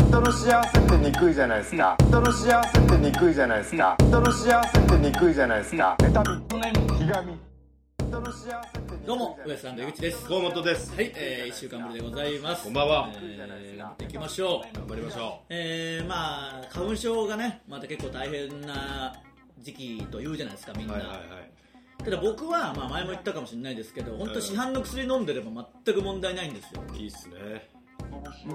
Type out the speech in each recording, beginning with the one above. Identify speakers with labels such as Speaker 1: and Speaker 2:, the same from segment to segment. Speaker 1: 人の幸せってにくいじゃないですか人の幸せってにくいじゃないですか人の幸せってにくいじゃないですか妬みひがみ人の幸せって
Speaker 2: どうも、ウエストランド井口です。
Speaker 3: 河本です
Speaker 2: はい、えー、一週間ぶりでございます。
Speaker 3: こんばんは
Speaker 2: えー、頑張っていきましょう。
Speaker 3: 頑張りましょ
Speaker 2: えー、まあ、花粉症がね、また結構大変な時期と言うじゃないですか、みん
Speaker 3: う
Speaker 2: な。
Speaker 3: はいはいはい
Speaker 2: ただ僕は、まあ前も言ったかもしれないですけど、本当市販の薬飲んでれば全く問題ないんですよ。
Speaker 3: いいっすね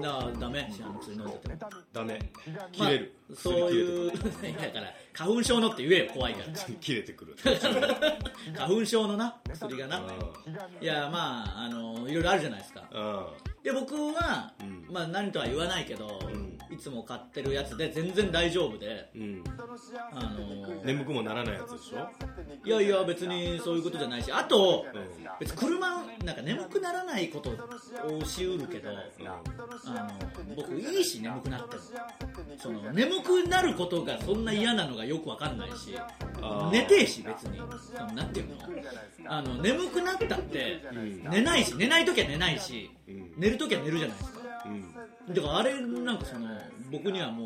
Speaker 2: だからダメ、市販の薬飲んでても。
Speaker 3: ダメ
Speaker 2: ま
Speaker 3: 切
Speaker 2: あ
Speaker 3: れる、
Speaker 2: そういう、
Speaker 3: す
Speaker 2: だから、花粉症のって言えよ、怖いから。
Speaker 3: ぐ切れてくる 切れてくる
Speaker 2: 花粉症のな、薬がな。
Speaker 3: うん
Speaker 2: いや、まあ、あの、いろいろあるじゃないですか。
Speaker 3: うん
Speaker 2: で僕は、
Speaker 3: ん
Speaker 2: まあ、何とは言わないけど、
Speaker 3: ん
Speaker 2: いつも買ってるやつで全然大丈夫で
Speaker 3: うん
Speaker 2: あの
Speaker 3: 眠くもならないやつでしょ
Speaker 2: いやいや別にそういうことじゃないしあと、
Speaker 3: うん
Speaker 2: 別に車なんか眠くならないことをしうるけど、あの僕いいし眠くなってもその眠くなることがそんな嫌なのがよくわかんないし
Speaker 3: あー
Speaker 2: 寝てえし別にそのなんていうのあの眠くなったって、
Speaker 3: ん
Speaker 2: 寝ないし寝ない時は寝ないし、
Speaker 3: ん
Speaker 2: 寝る時は寝るじゃないですか
Speaker 3: うん
Speaker 2: だからあれなんかその僕にはも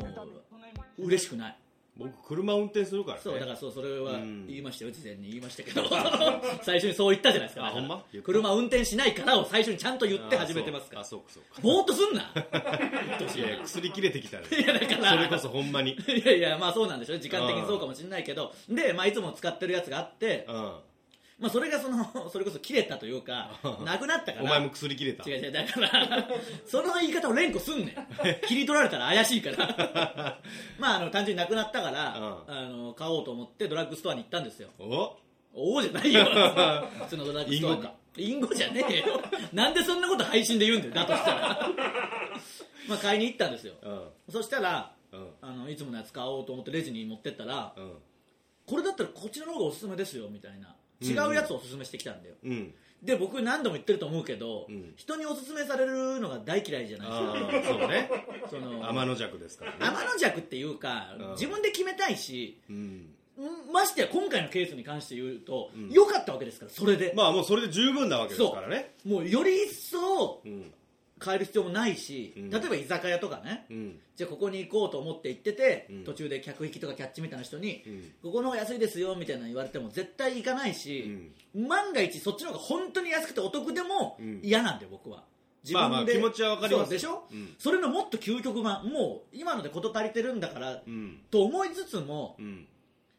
Speaker 2: う嬉しくない
Speaker 3: 僕車運転するからね
Speaker 2: そうだからそうそれは
Speaker 3: うん
Speaker 2: 言いましたよ事前に言いましたけど 最初にそう言ったじゃないですか
Speaker 3: あ
Speaker 2: だから
Speaker 3: ほんま言った
Speaker 2: 車運転しないからを最初にちゃんと言って始めてますから
Speaker 3: あそうあそうかそう
Speaker 2: ぼーっとすんな
Speaker 3: かいやいや薬切れてきたね
Speaker 2: いやだから
Speaker 3: それこそほんまに
Speaker 2: いやいやまあそうなんでしょう時間的にそうかもしれないけどで、まあ、いつも使ってるやつがあって
Speaker 3: う、ん
Speaker 2: まあ、それがそのそれこそ切れたというかなくなったから
Speaker 3: お前も薬切れた
Speaker 2: 違う違うだからその言い方を連呼すんねん切り取られたら怪しいから まああの単純になくなったから、
Speaker 3: う
Speaker 2: あの買おうと思ってドラッグストアに行ったんですよ
Speaker 3: お
Speaker 2: おおじゃない よ普通のドラッグストア
Speaker 3: 隠語か
Speaker 2: に隠語じゃねえよなんでそんなこと配信で言うんだよだとしたらまあ買いに行ったんですよ
Speaker 3: うん
Speaker 2: そしたら
Speaker 3: うん
Speaker 2: あのいつものやつ買おうと思ってレジに持ってったら
Speaker 3: うん
Speaker 2: これだったらこっちの方がおすすめですよみたいな違うやつをおすすめしてきたんだよ、
Speaker 3: うん
Speaker 2: で僕何度も言ってると思うけど、
Speaker 3: うん
Speaker 2: 人におすすめされるのが大嫌いじゃないです
Speaker 3: あ
Speaker 2: か
Speaker 3: あそうね
Speaker 2: その
Speaker 3: 天の弱ですからね
Speaker 2: 天の弱っていうか、
Speaker 3: うん
Speaker 2: 自分で決めたいし
Speaker 3: うん
Speaker 2: んましてや今回のケースに関して言うと良、かったわけですからそれで、
Speaker 3: まあもうそれで十分なわけですからね
Speaker 2: もうより一層
Speaker 3: うん
Speaker 2: 変える必要もないし、
Speaker 3: うん
Speaker 2: 例えば居酒屋とかね、
Speaker 3: うん
Speaker 2: じゃあここに行こうと思って行ってて、
Speaker 3: うん
Speaker 2: 途中で客引きとかキャッチみたいな人に、
Speaker 3: うん
Speaker 2: ここの方が安いですよみたいなの言われても絶対行かないし、万が一そっちの方が本当に安くてお得でも
Speaker 3: うん
Speaker 2: 嫌なんで僕は自
Speaker 3: まあまあ気持ちはわかります
Speaker 2: そうでしょ、
Speaker 3: うん
Speaker 2: それのもっと究極版もう今ので事足りてるんだから、
Speaker 3: うん
Speaker 2: と思いつつも、
Speaker 3: うん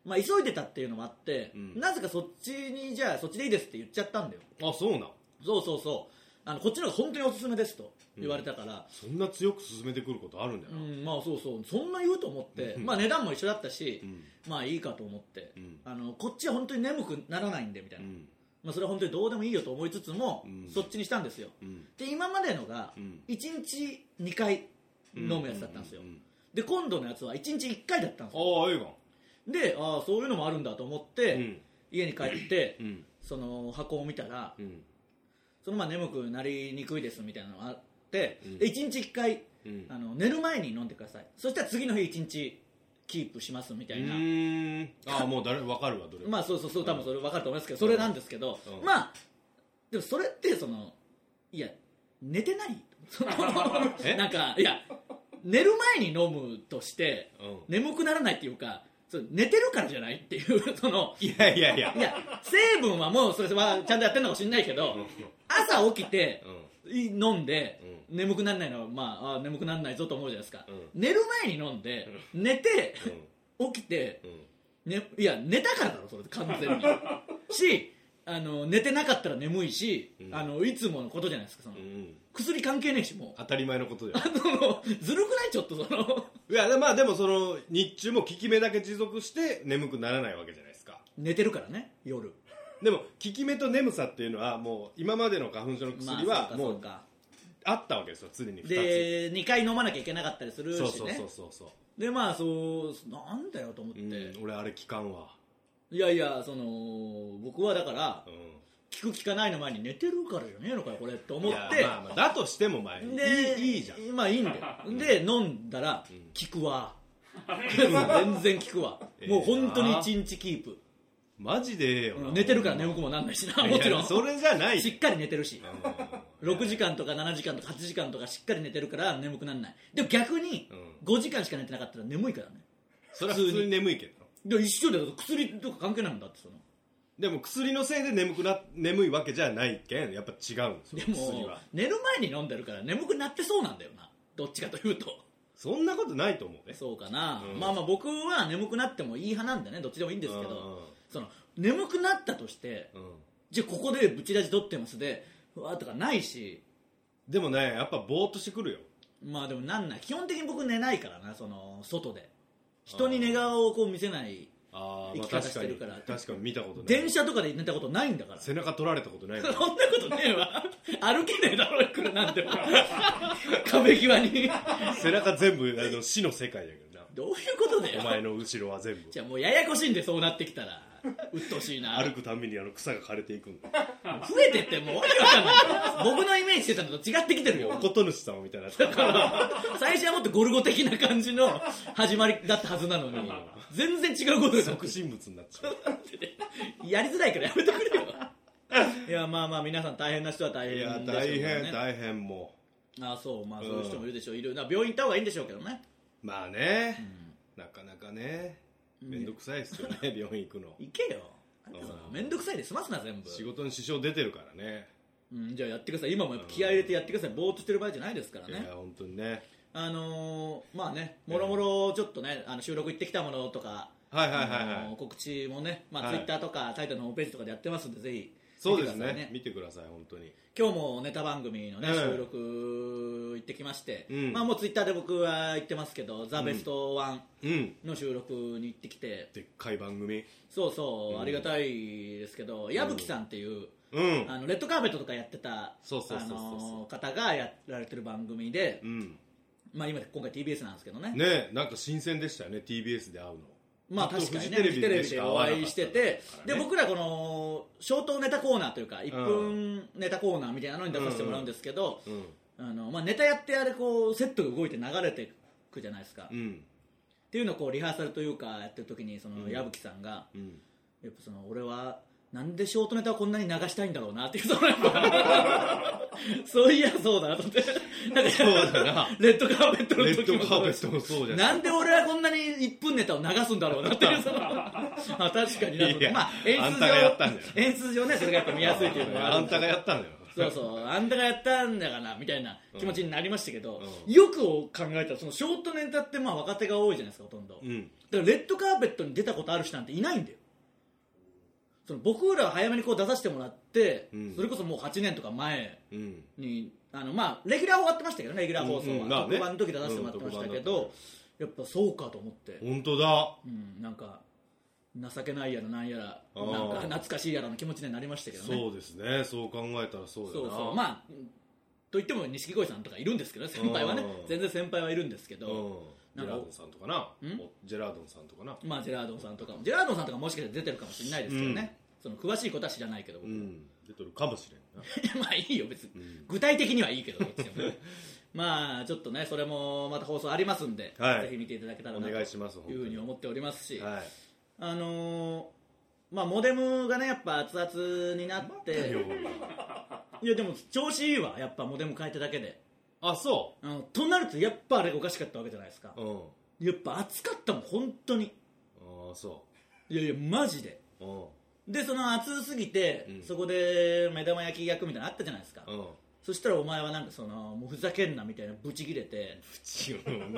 Speaker 2: まあ、急いでたっていうのもあって、
Speaker 3: うん
Speaker 2: なぜかそっちにじゃあそっちでいいですって言っちゃったんだよ
Speaker 3: あそうなん
Speaker 2: そうそうそうあのこっちの方が本当におすすめですと言われたから、
Speaker 3: そんな強く進めてくることあるんだよ
Speaker 2: う
Speaker 3: な、
Speaker 2: んまあそうそうそんな言うと思って、まあ値段も一緒だったし、
Speaker 3: ん
Speaker 2: まあいいかと思って、
Speaker 3: うん
Speaker 2: あのこっちは本当に眠くならないんでみたいな、
Speaker 3: うん
Speaker 2: まあ、それは本当にどうでもいいよと思いつつも、
Speaker 3: うん
Speaker 2: そっちにしたんですよ
Speaker 3: うん
Speaker 2: で今までのが
Speaker 3: うん
Speaker 2: 1日2回飲むやつだったんですよ、
Speaker 3: ううん
Speaker 2: で今度のやつは1日1回だったんですよ
Speaker 3: ああええが
Speaker 2: でああそういうのもあるんだと思って、
Speaker 3: うん
Speaker 2: 家に帰って、
Speaker 3: うん
Speaker 2: その箱を見たら、
Speaker 3: うん
Speaker 2: そのまあ眠くなりにくいですみたいなのがあって、
Speaker 3: うん
Speaker 2: で1日1回、
Speaker 3: うん
Speaker 2: あの寝る前に飲んでくださいそしたら次の日1日キープしますみた
Speaker 3: う
Speaker 2: いな、
Speaker 3: ーんああもう誰わかるわどれ
Speaker 2: まあそうそうそう多分それ分かると思いますけど、それなんですけど、
Speaker 3: うん
Speaker 2: まあでもそれってそのいや寝てないその
Speaker 3: え
Speaker 2: なんかいや寝る前に飲むとして
Speaker 3: うん
Speaker 2: 眠くならないっていうかそれ寝てるからじゃないっていう その
Speaker 3: いやいやいや
Speaker 2: いや成分はもうそれはちゃんとやってるのかもしれないけど朝起きて
Speaker 3: うん
Speaker 2: い飲んで、眠くならないのは、まあ、あー眠くならないぞと思うじゃないですか、
Speaker 3: うん
Speaker 2: 寝る前に飲んで寝て、起きて、
Speaker 3: うん
Speaker 2: ね、いや寝たからだろそれ完全 にしあの寝てなかったら眠いし、
Speaker 3: うん
Speaker 2: あのいつものことじゃないですかその、
Speaker 3: うんうん
Speaker 2: 薬関係ねえしもう
Speaker 3: 当たり前のことだよ
Speaker 2: あのずるくないちょっとその
Speaker 3: いやでまあでもその日中も効き目だけ持続して眠くならないわけじゃないですか
Speaker 2: 寝てるからね夜
Speaker 3: でも効き目と眠さっていうのはもう今までの花粉症の薬はも
Speaker 2: そううか
Speaker 3: あったわけですよ常
Speaker 2: そ
Speaker 3: に
Speaker 2: うか
Speaker 3: 2つ
Speaker 2: で2回飲まなきゃいけなかったりするし
Speaker 3: そ
Speaker 2: ね
Speaker 3: うそうそうそうそう
Speaker 2: でまあそうなんだよと思って、
Speaker 3: うん俺あれ効かんわ
Speaker 2: いやいやその僕はだから
Speaker 3: うん
Speaker 2: 聞く聞かないの前に寝てるからじゃねえのかよこれって思っ
Speaker 3: い
Speaker 2: て
Speaker 3: やまあまあだとしても前い
Speaker 2: で
Speaker 3: いいいじゃん
Speaker 2: まあいいんだよで飲んだら
Speaker 3: ん
Speaker 2: 聞くわ全然聞くわ
Speaker 3: ええな
Speaker 2: もう本当に1日キープ
Speaker 3: マジでええよな
Speaker 2: 寝てるから眠くもなんないしなもち
Speaker 3: い
Speaker 2: ろ
Speaker 3: やそ
Speaker 2: ん
Speaker 3: れじゃない
Speaker 2: しっかり寝てるし
Speaker 3: うん
Speaker 2: 6時間とか7時間とか8時間とかしっかり寝てるから眠くならないでも逆に
Speaker 3: う
Speaker 2: 5時間しか寝てなかったら眠いからね
Speaker 3: それは普通に眠いけど
Speaker 2: で一緒だよ薬とか関係ないもんだってその
Speaker 3: でも薬のせいで眠くな眠いわけじゃないけんやっぱ違うんですよ
Speaker 2: で
Speaker 3: 薬
Speaker 2: も
Speaker 3: は
Speaker 2: 寝る前に飲んでるから眠くなってそうなんだよなどっちかというと
Speaker 3: そんなことないと思うね
Speaker 2: そうかな、
Speaker 3: うん
Speaker 2: まあまあ僕は眠くなってもいい派なんでねどっちでもいいんですけどその眠くなったとして
Speaker 3: うんうんうん
Speaker 2: じゃあここでブチラジ撮ってますでうわーとかないし
Speaker 3: でもねやっぱぼーっとしてくるよ
Speaker 2: まあでもなんない基本的に僕寝ないからなその外で人に寝顔をこう見せない
Speaker 3: あー
Speaker 2: 生
Speaker 3: まあ
Speaker 2: き方
Speaker 3: 確か
Speaker 2: して
Speaker 3: に
Speaker 2: るから
Speaker 3: 確かに見たことない
Speaker 2: 電車とかで寝たことないんだからそ
Speaker 3: 背中取られたことない
Speaker 2: ん
Speaker 3: も
Speaker 2: なんことねえわ歩けねえだろいくらなんでも壁際に
Speaker 3: 背中全部あの死の世界だけどな
Speaker 2: どういうことだよ
Speaker 3: お前の後ろは全部
Speaker 2: じゃあもうややこしいんでそうなってきた ら鬱陶しいな
Speaker 3: 歩くたんびにあの草が枯れていくんだよ
Speaker 2: 増えてってもうわけわかんない僕のイメージしてたのと違ってきてるよ
Speaker 3: 琴主様みたいになってる
Speaker 2: 最初はもっとゴルゴ的な感じの始まりだったはずなのに全然違うことです
Speaker 3: 即身仏になっちゃう
Speaker 2: やりづらいからやめてくれよいやまあまあ皆さん大変な人は大変
Speaker 3: い
Speaker 2: でしょ
Speaker 3: や
Speaker 2: うから
Speaker 3: 大
Speaker 2: ね
Speaker 3: 変大変も
Speaker 2: あそうまあそういう人もいるでしょういるな病院行った方がいいんでしょうけどね
Speaker 3: うまあねなかなかねめんどくさい ですよね病院行くの
Speaker 2: 行けよなんだその
Speaker 3: うん
Speaker 2: めんどくさいで済ますな全部
Speaker 3: 仕事に支障出てるからね
Speaker 2: うん、じゃあやってください今もやっぱ気合い入れてやってくださいぼーっとしてる場合じゃないですから
Speaker 3: い
Speaker 2: ね
Speaker 3: や本当にね
Speaker 2: あのーまあね、もろもろちょっとね、あの収録行ってきたものとか、
Speaker 3: はいはいはいはい
Speaker 2: あのー告知もね、まあ、
Speaker 3: はい
Speaker 2: ツイッターとか、タイトルのホームページとかでやってますんで、ぜひ、
Speaker 3: そうです
Speaker 2: 見てください
Speaker 3: ね見てください本当に
Speaker 2: 今日もネタ番組のね、
Speaker 3: うん
Speaker 2: 収録行ってきまして、
Speaker 3: うん
Speaker 2: まあもうツイッターで僕は言ってますけど、ザ・ベストワン
Speaker 3: うん
Speaker 2: の収録に行ってきて、
Speaker 3: でっかい番組
Speaker 2: そうそう、
Speaker 3: うん
Speaker 2: ありがたいですけど、矢吹さんっていう、
Speaker 3: うん
Speaker 2: あのレッドカーペットとかやってた、
Speaker 3: そうそう
Speaker 2: あ
Speaker 3: そうそう
Speaker 2: のー方がやられてる番組で
Speaker 3: う、ん
Speaker 2: まあ今、今回 TBS なんですけどね
Speaker 3: ねなんか新鮮でしたよね TBS で会うの
Speaker 2: まあ
Speaker 3: ずっと
Speaker 2: 確かにね、
Speaker 3: フ
Speaker 2: フ
Speaker 3: ジ
Speaker 2: ジテレ
Speaker 3: テレビ
Speaker 2: ビ
Speaker 3: で
Speaker 2: で
Speaker 3: しか会
Speaker 2: お
Speaker 3: わなかった
Speaker 2: 会いしてて、
Speaker 3: からね
Speaker 2: で僕らこの消灯ネタコーナーというか、1分ネタコーナーみたいなのに出させてもらうんですけど、
Speaker 3: うん
Speaker 2: あのまあ、ネタやってあれこう、セットが動いて流れてくじゃないですか。
Speaker 3: う
Speaker 2: っ
Speaker 3: ん
Speaker 2: ていうのをこうリハーサルというか、やってる時にその矢吹さんが、
Speaker 3: うん
Speaker 2: やっぱその俺は、なんでショートネタをこんなに流したいんだろうなっていう、そのやっ ぱそういや、そうだなと思って、なんか
Speaker 3: そうだな
Speaker 2: レッドカーペットの
Speaker 3: レ
Speaker 2: 時
Speaker 3: ッド
Speaker 2: も
Speaker 3: カ
Speaker 2: そう
Speaker 3: ーペ
Speaker 2: で
Speaker 3: ッ
Speaker 2: す
Speaker 3: トもそうじゃない
Speaker 2: なんで俺はこんなに1分ネタを流すんだろうな っていうそのあ確かになと思っ
Speaker 3: いや
Speaker 2: てまあ演
Speaker 3: あん
Speaker 2: 出
Speaker 3: たがやったん
Speaker 2: 上
Speaker 3: だよ
Speaker 2: 演出上ねそれがやっぱ見やすいというのもあ
Speaker 3: あ
Speaker 2: る
Speaker 3: んたがやったのよ
Speaker 2: そうそうあんたがやったんだからみたいな気持ちになりましたけど、
Speaker 3: うん
Speaker 2: よく考えたらそのショートネタってまあ若手が多いじゃないですかほとんど、だか
Speaker 3: ん
Speaker 2: らレッドカーペットに出たことある人なんていないんだよその僕らは早めにこう出させてもらって、
Speaker 3: うん
Speaker 2: それこそもう8年とか前
Speaker 3: うん
Speaker 2: にあのまあレギュラー終わってましたけどねレギュラー放送は、
Speaker 3: うんうんまあね
Speaker 2: 特番の時出させてもらってましたけ
Speaker 3: うん
Speaker 2: ど、やっぱそうかと思って、
Speaker 3: 本当だ
Speaker 2: うん、なんか情けないやらなんやら
Speaker 3: あー
Speaker 2: なんか懐かしいやらの気持ちになりましたけどね
Speaker 3: そうですねそう考えたらそうだ
Speaker 2: そう
Speaker 3: な
Speaker 2: そうまあといっても錦鯉さんとかいるんですけどね先輩はね
Speaker 3: うん
Speaker 2: 全然先輩はいるんですけ
Speaker 3: う
Speaker 2: ど、
Speaker 3: んジェラードンさんとかなんおジェラードンさんとかな
Speaker 2: まあジェラードンさんとかもジェラードンさんとかもしかして出てるかもしれないですけどね、その詳しいことは知らないけど、
Speaker 3: う
Speaker 2: 僕
Speaker 3: ん出てるかもしれん な
Speaker 2: まあいいよ別に、
Speaker 3: ん
Speaker 2: 具体的にはいいけどどっちでもねまあちょっとねそれもまた放送ありますんで、
Speaker 3: はい
Speaker 2: ぜひ見ていただけたら
Speaker 3: お
Speaker 2: なと
Speaker 3: 願いします
Speaker 2: いうふうに
Speaker 3: 本
Speaker 2: 思っておりますし、
Speaker 3: 当にはい
Speaker 2: あのーまあ、モデムがねやっぱ熱々になっていやでも調子いいわやっぱモデム変えただけで
Speaker 3: あそ
Speaker 2: あのとなるとやっぱあれがおかしかったわけじゃないですか
Speaker 3: ううん
Speaker 2: やっぱ熱かったもん本当に
Speaker 3: ああそ
Speaker 2: いやいやマジで
Speaker 3: ううん
Speaker 2: でその熱すぎて、
Speaker 3: うん
Speaker 2: そこで目玉焼き役みたいなのあったじゃないですか、
Speaker 3: うん
Speaker 2: そしたらお前はなんかそのもうふざけんなみたいなブチギレて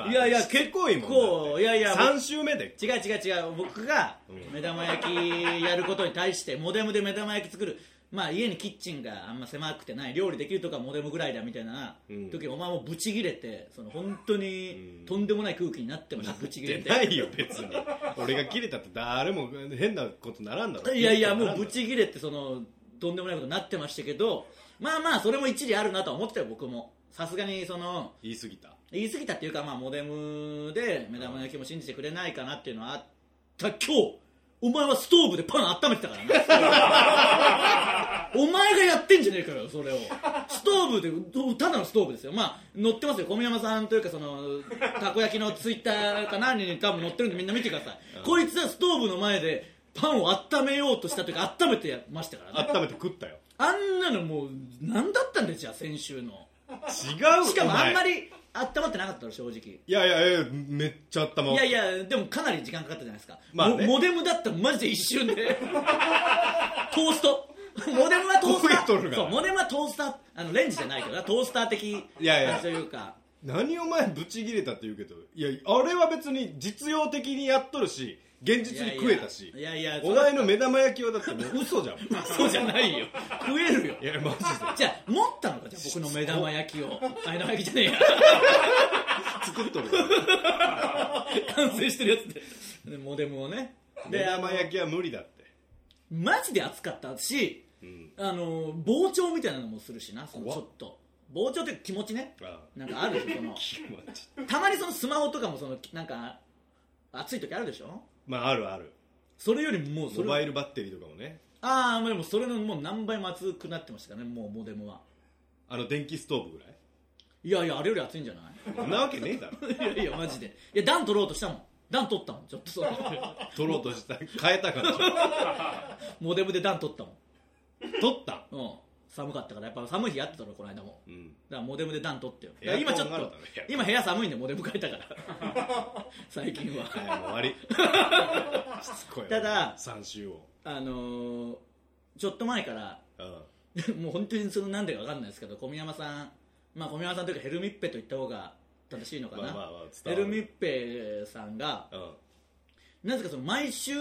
Speaker 3: い
Speaker 2: いやいや
Speaker 3: 結構いもん
Speaker 2: こう
Speaker 3: だって
Speaker 2: いやいや
Speaker 3: 三週目で
Speaker 2: 違う違う違う僕が
Speaker 3: うん
Speaker 2: 目玉焼きやることに対してモデムで目玉焼き作るまあ家にキッチンがあんま狭くてない料理できるとかモデムぐらいだみたいな
Speaker 3: うん
Speaker 2: 時お前もブチギレてその本当
Speaker 3: う
Speaker 2: に
Speaker 3: ん
Speaker 2: とんでもない空気になってましたブチギレ
Speaker 3: 出
Speaker 2: て
Speaker 3: ないよ別に俺が切れたって誰も変なことならんだろ
Speaker 2: いやいやもうブ
Speaker 3: ぶ
Speaker 2: チギレってそのとんでもないことになってましたけどまあまあそれも一理あるなとは思ってたよ僕もさすがにその
Speaker 3: 言い過ぎた
Speaker 2: 言い過ぎたっていうかまあモデムで目玉焼きも信じてくれないかなっていうのはあった今日お前はストーブでパン温めてたからなお前がやってんじゃねえかよそれをストーブでどただのストーブですよまあ載ってますよ小宮山さんというかそのたこ焼きのツイッターか何に多分載ってるんでみんな見てください、こいつはストーブの前でパンを温めようとしたというか温めてましたからね
Speaker 3: 温めて食ったよ
Speaker 2: あんなのもう何だったんですよ先週の
Speaker 3: 違う
Speaker 2: しかもあんま
Speaker 3: り
Speaker 2: り温まってなかったの正直
Speaker 3: いやいやいやめっちゃあったま
Speaker 2: いやいやでもかなり時間かかったじゃないですか、
Speaker 3: まあね
Speaker 2: モモデムだったらマジで一瞬で トーストモデムはトースタ
Speaker 3: 焦げと
Speaker 2: ー
Speaker 3: るが
Speaker 2: そうモデムはトースターあのレンジじゃないけどなトースター的
Speaker 3: いやいや
Speaker 2: あというか
Speaker 3: 何お前ブチギレたって言うけどいやあれは別に実用的にやっとるし現実に食えたし
Speaker 2: いやいやいやいや
Speaker 3: お前の目玉焼きはだってもう嘘じゃんい
Speaker 2: そうじゃないよ食えるよ
Speaker 3: やマジで
Speaker 2: じゃあ持ったのかじゃあ僕の目玉焼きをあ目玉焼きじゃねえや
Speaker 3: 作っとる
Speaker 2: 完成してるやつででモデムをね
Speaker 3: 目
Speaker 2: であの
Speaker 3: 玉焼きは無理だって
Speaker 2: マジで熱かったし
Speaker 3: うん
Speaker 2: あの膨張みたいなのもするしなそのち
Speaker 3: 怖っ
Speaker 2: ょっと膨張っていうか気持ちね
Speaker 3: あ
Speaker 2: なんかあるでしょその
Speaker 3: あ気持ち
Speaker 2: たまにそのスマホとかもそのなんか熱い時あるでしょ
Speaker 3: まああるある
Speaker 2: それよりももうそ
Speaker 3: モ
Speaker 2: れ
Speaker 3: バイルバッテリーとかもね
Speaker 2: ああでもそれのもう何倍も熱くなってましたからねもうモデムは
Speaker 3: あの電気ストーブぐらい
Speaker 2: いやいやあれより熱いんじゃない
Speaker 3: そんなわけねえだろ
Speaker 2: い やいやマジでいや暖取ろうとしたもん暖取ったもんちょっと その
Speaker 3: 取ろうとした変えたから
Speaker 2: モデムで暖取ったも
Speaker 3: 取った、
Speaker 2: ん、うん、寒かったからやっぱ寒い日やってたのこの間も
Speaker 3: うん、
Speaker 2: だからモデムで暖取ってよだ
Speaker 3: エ
Speaker 2: から
Speaker 3: ア
Speaker 2: 今ち
Speaker 3: コン
Speaker 2: ょっ
Speaker 3: がある
Speaker 2: と
Speaker 3: だろエアコン
Speaker 2: 今部屋寒いんでモデム変えたから 最近は
Speaker 3: はいもう終わりしつこいわ
Speaker 2: ただ
Speaker 3: 三週を、
Speaker 2: あのー、ちょっと前から
Speaker 3: うん、
Speaker 2: もう本当にそのなんでかわかんないですけど小宮山さんまあ小宮山さんというかヘルミッペと言った方が正しいのかな、
Speaker 3: まあまあまあ
Speaker 2: ヘ
Speaker 3: 伝わ
Speaker 2: ル
Speaker 3: る
Speaker 2: ミッペさんが
Speaker 3: うん
Speaker 2: なぜかその毎週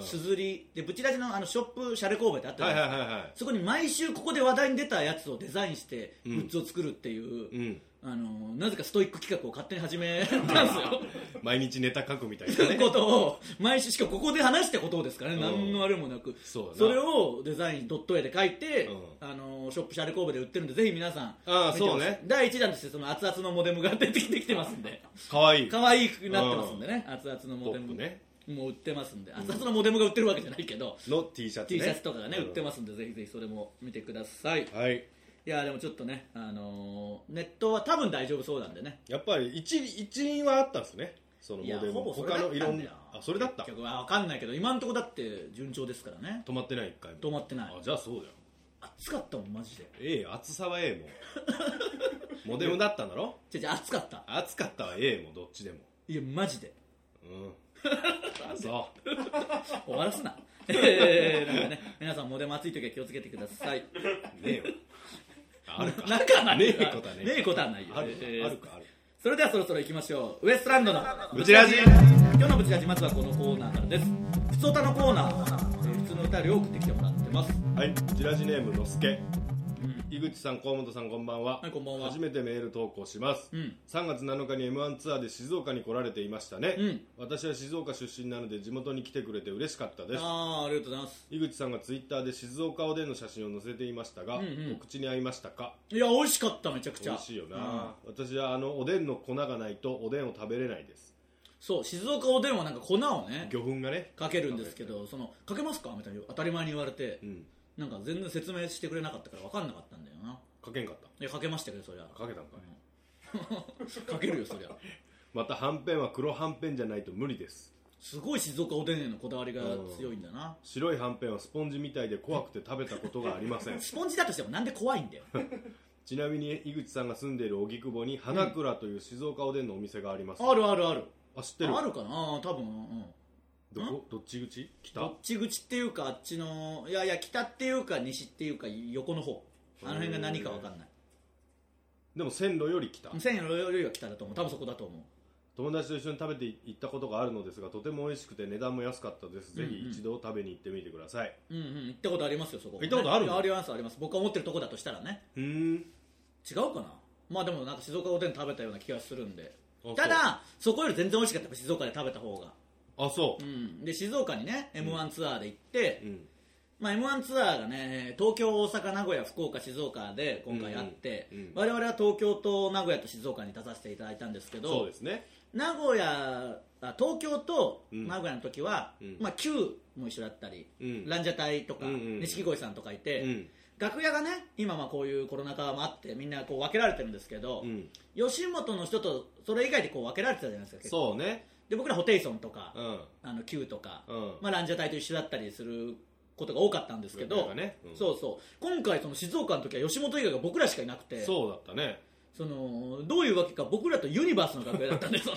Speaker 2: すずりでブチラジのあのショップシャレ神戸ってあったじゃ
Speaker 3: は
Speaker 2: ないいです
Speaker 3: はい
Speaker 2: か
Speaker 3: はいは
Speaker 2: そこに毎週ここで話題に出たやつをデザインしてグ
Speaker 3: うん
Speaker 2: ッズを作るっていう、
Speaker 3: い、うん、
Speaker 2: あのなぜかストイック企画を勝手に始めたんです よ
Speaker 3: 毎日ネタ書くみたい
Speaker 2: と
Speaker 3: な
Speaker 2: いう
Speaker 3: ね
Speaker 2: ことを毎週しかもここで話したことをですからね、
Speaker 3: うん
Speaker 2: 何のあれもなく
Speaker 3: そうやな
Speaker 2: れをデザインドット絵で書いて、
Speaker 3: う
Speaker 2: あのショップシャレ神戸で売ってるんでぜひ皆さん
Speaker 3: ああ
Speaker 2: 見てほしい
Speaker 3: そうね
Speaker 2: 第1弾としてその熱々のモデムが出てきてきてますんで
Speaker 3: かわいい
Speaker 2: 可愛くなってますんでね、熱々の
Speaker 3: ポ
Speaker 2: モデ
Speaker 3: ップ
Speaker 2: ム、
Speaker 3: ね
Speaker 2: もう売ってますんで熱々のモデムが売ってるわけじゃないけど、
Speaker 3: の T シャツ、ね、、
Speaker 2: T シャツとかがね、売ってますすんでぜひぜひそれも見てください
Speaker 3: はい
Speaker 2: いやーでもちょっとね、あのーネットは多分大丈夫そうなんでね
Speaker 3: やっぱり一一因はあったんですねそのモ
Speaker 2: いや
Speaker 3: デル
Speaker 2: ほぼそれ
Speaker 3: 他
Speaker 2: だ
Speaker 3: の
Speaker 2: っ
Speaker 3: い
Speaker 2: た
Speaker 3: ろ
Speaker 2: ん
Speaker 3: ん
Speaker 2: だ
Speaker 3: な
Speaker 2: よ
Speaker 3: あそれだった
Speaker 2: 結局は分かんないけど今んとこだって順調ですからね
Speaker 3: 止まってない一回も
Speaker 2: 止まってない
Speaker 3: あじゃあそうだよ
Speaker 2: 暑かったもんマジで
Speaker 3: ええよ暑さはえ えもんモデルだったんだろ
Speaker 2: じゃあ暑かった
Speaker 3: 暑かったはええもんどっちでも
Speaker 2: いやマジで
Speaker 3: うんあそう
Speaker 2: 終わらすな えー、なんかね皆さんモデム暑い時は気をつけてくださ い
Speaker 3: ねえよあるか
Speaker 2: なかない
Speaker 3: ねえことはね
Speaker 2: ねえことはないよ
Speaker 3: あるか
Speaker 2: えー
Speaker 3: あるかあるか
Speaker 2: それではそろそろ行きましょうウエストランドの
Speaker 3: ブチラジ
Speaker 2: 今日のブチラジまずはこのコーナーからです普通歌のコーナー、えー普通の歌料を送ってきてもらってます
Speaker 3: はい、ジラジネームのすけ、井口さん、河本さん、こんばんは、
Speaker 2: はいこんばんは
Speaker 3: 初めてメール投稿します、
Speaker 2: うん
Speaker 3: 3月7日に m 1ツアーで静岡に来られていましたね、
Speaker 2: うん
Speaker 3: 私は静岡出身なので地元に来てくれて嬉しかったです
Speaker 2: ああありがとうございます
Speaker 3: 井口さんがツイッターで静岡おでんの写真を載せていましたが、
Speaker 2: うんうん
Speaker 3: お口に合いましたか
Speaker 2: いや美味しかっためちゃくち
Speaker 3: 美
Speaker 2: ゃ
Speaker 3: 味しいよな、私はあのおでんの粉がないとおでんを食べれないです
Speaker 2: そう静岡おでんはなんか粉をね
Speaker 3: 魚粉がね
Speaker 2: かけるんですけどそのかけますかみたいに当たり前に言われて、
Speaker 3: うん
Speaker 2: なんか全然説明してくれなかったから分かんなかったんだよな
Speaker 3: かけんかった
Speaker 2: いやかけましたけどそりゃ
Speaker 3: かけたんかい、
Speaker 2: かけるよそりゃ
Speaker 3: またはんぺんは黒はんぺんじゃないと無理です
Speaker 2: すごい静岡おでんへのこだわりが強いんだな
Speaker 3: 白いはんぺんはスポンジみたいで怖くて食べたことがありま せん
Speaker 2: スポンジだとしてもなんで怖いんだよ
Speaker 3: ちなみに井口さんが住んでいる荻窪に花倉という静岡おでんのお店があります、
Speaker 2: あるあるある
Speaker 3: あ知ってる
Speaker 2: あるかな多分、うん、
Speaker 3: どこどっち口
Speaker 2: ど
Speaker 3: 北
Speaker 2: っち口っていうかあっちのいやいや北っていうか西っていうか横の方あの辺が何か分かんない
Speaker 3: でも線路より北
Speaker 2: 線路よりは北だと思う多分そこだと思う
Speaker 3: 友達と一緒に食べて行ったことがあるのですがとても美味しくて値段も安かったです、ぜひ一度食べに行ってみてください
Speaker 2: うんうん行ったことありますよそこ
Speaker 3: 行ったことある
Speaker 2: いやありますあります僕が思ってるとこだとしたらね
Speaker 3: うーん
Speaker 2: 違うかなまあでもなんか静岡おでん食べたような気がするんで
Speaker 3: あ
Speaker 2: ただそこより全然美味しかったやっぱ静岡で食べた方が
Speaker 3: あそうう、
Speaker 2: んで静岡にね m 1ツアーで行って、
Speaker 3: うん
Speaker 2: まあ、m 1ツアーがね東京大阪名古屋福岡静岡で今回あって、
Speaker 3: うんうんうん
Speaker 2: 我々は東京と名古屋と静岡に出させていただいたんですけ
Speaker 3: そう
Speaker 2: ど
Speaker 3: ですね
Speaker 2: 名古屋あ東京と名古屋の時は、
Speaker 3: うん
Speaker 2: まあ、Q も一緒だったり、
Speaker 3: うん
Speaker 2: ランジャタイとか
Speaker 3: うんうんうん
Speaker 2: 錦鯉、さんとかいて、
Speaker 3: うん
Speaker 2: 楽屋がね今まあこういうコロナ禍もあってみんなこう分けられてるんですけど、
Speaker 3: うん
Speaker 2: 吉本の人とそれ以外でこう分けられてたじゃないですか結構
Speaker 3: そうね
Speaker 2: で僕らホテイソンとか
Speaker 3: う、ん
Speaker 2: あの Q とか、
Speaker 3: うん
Speaker 2: まあ、ランジャタイと一緒だったりすることが多かったんですけ
Speaker 3: 上
Speaker 2: ど、
Speaker 3: 田がねうん
Speaker 2: そうそう今回その静岡の時は吉本以外が僕らしかいなくて
Speaker 3: そうだったね
Speaker 2: そのどういうわけか僕らとユニバースの楽屋だったん でその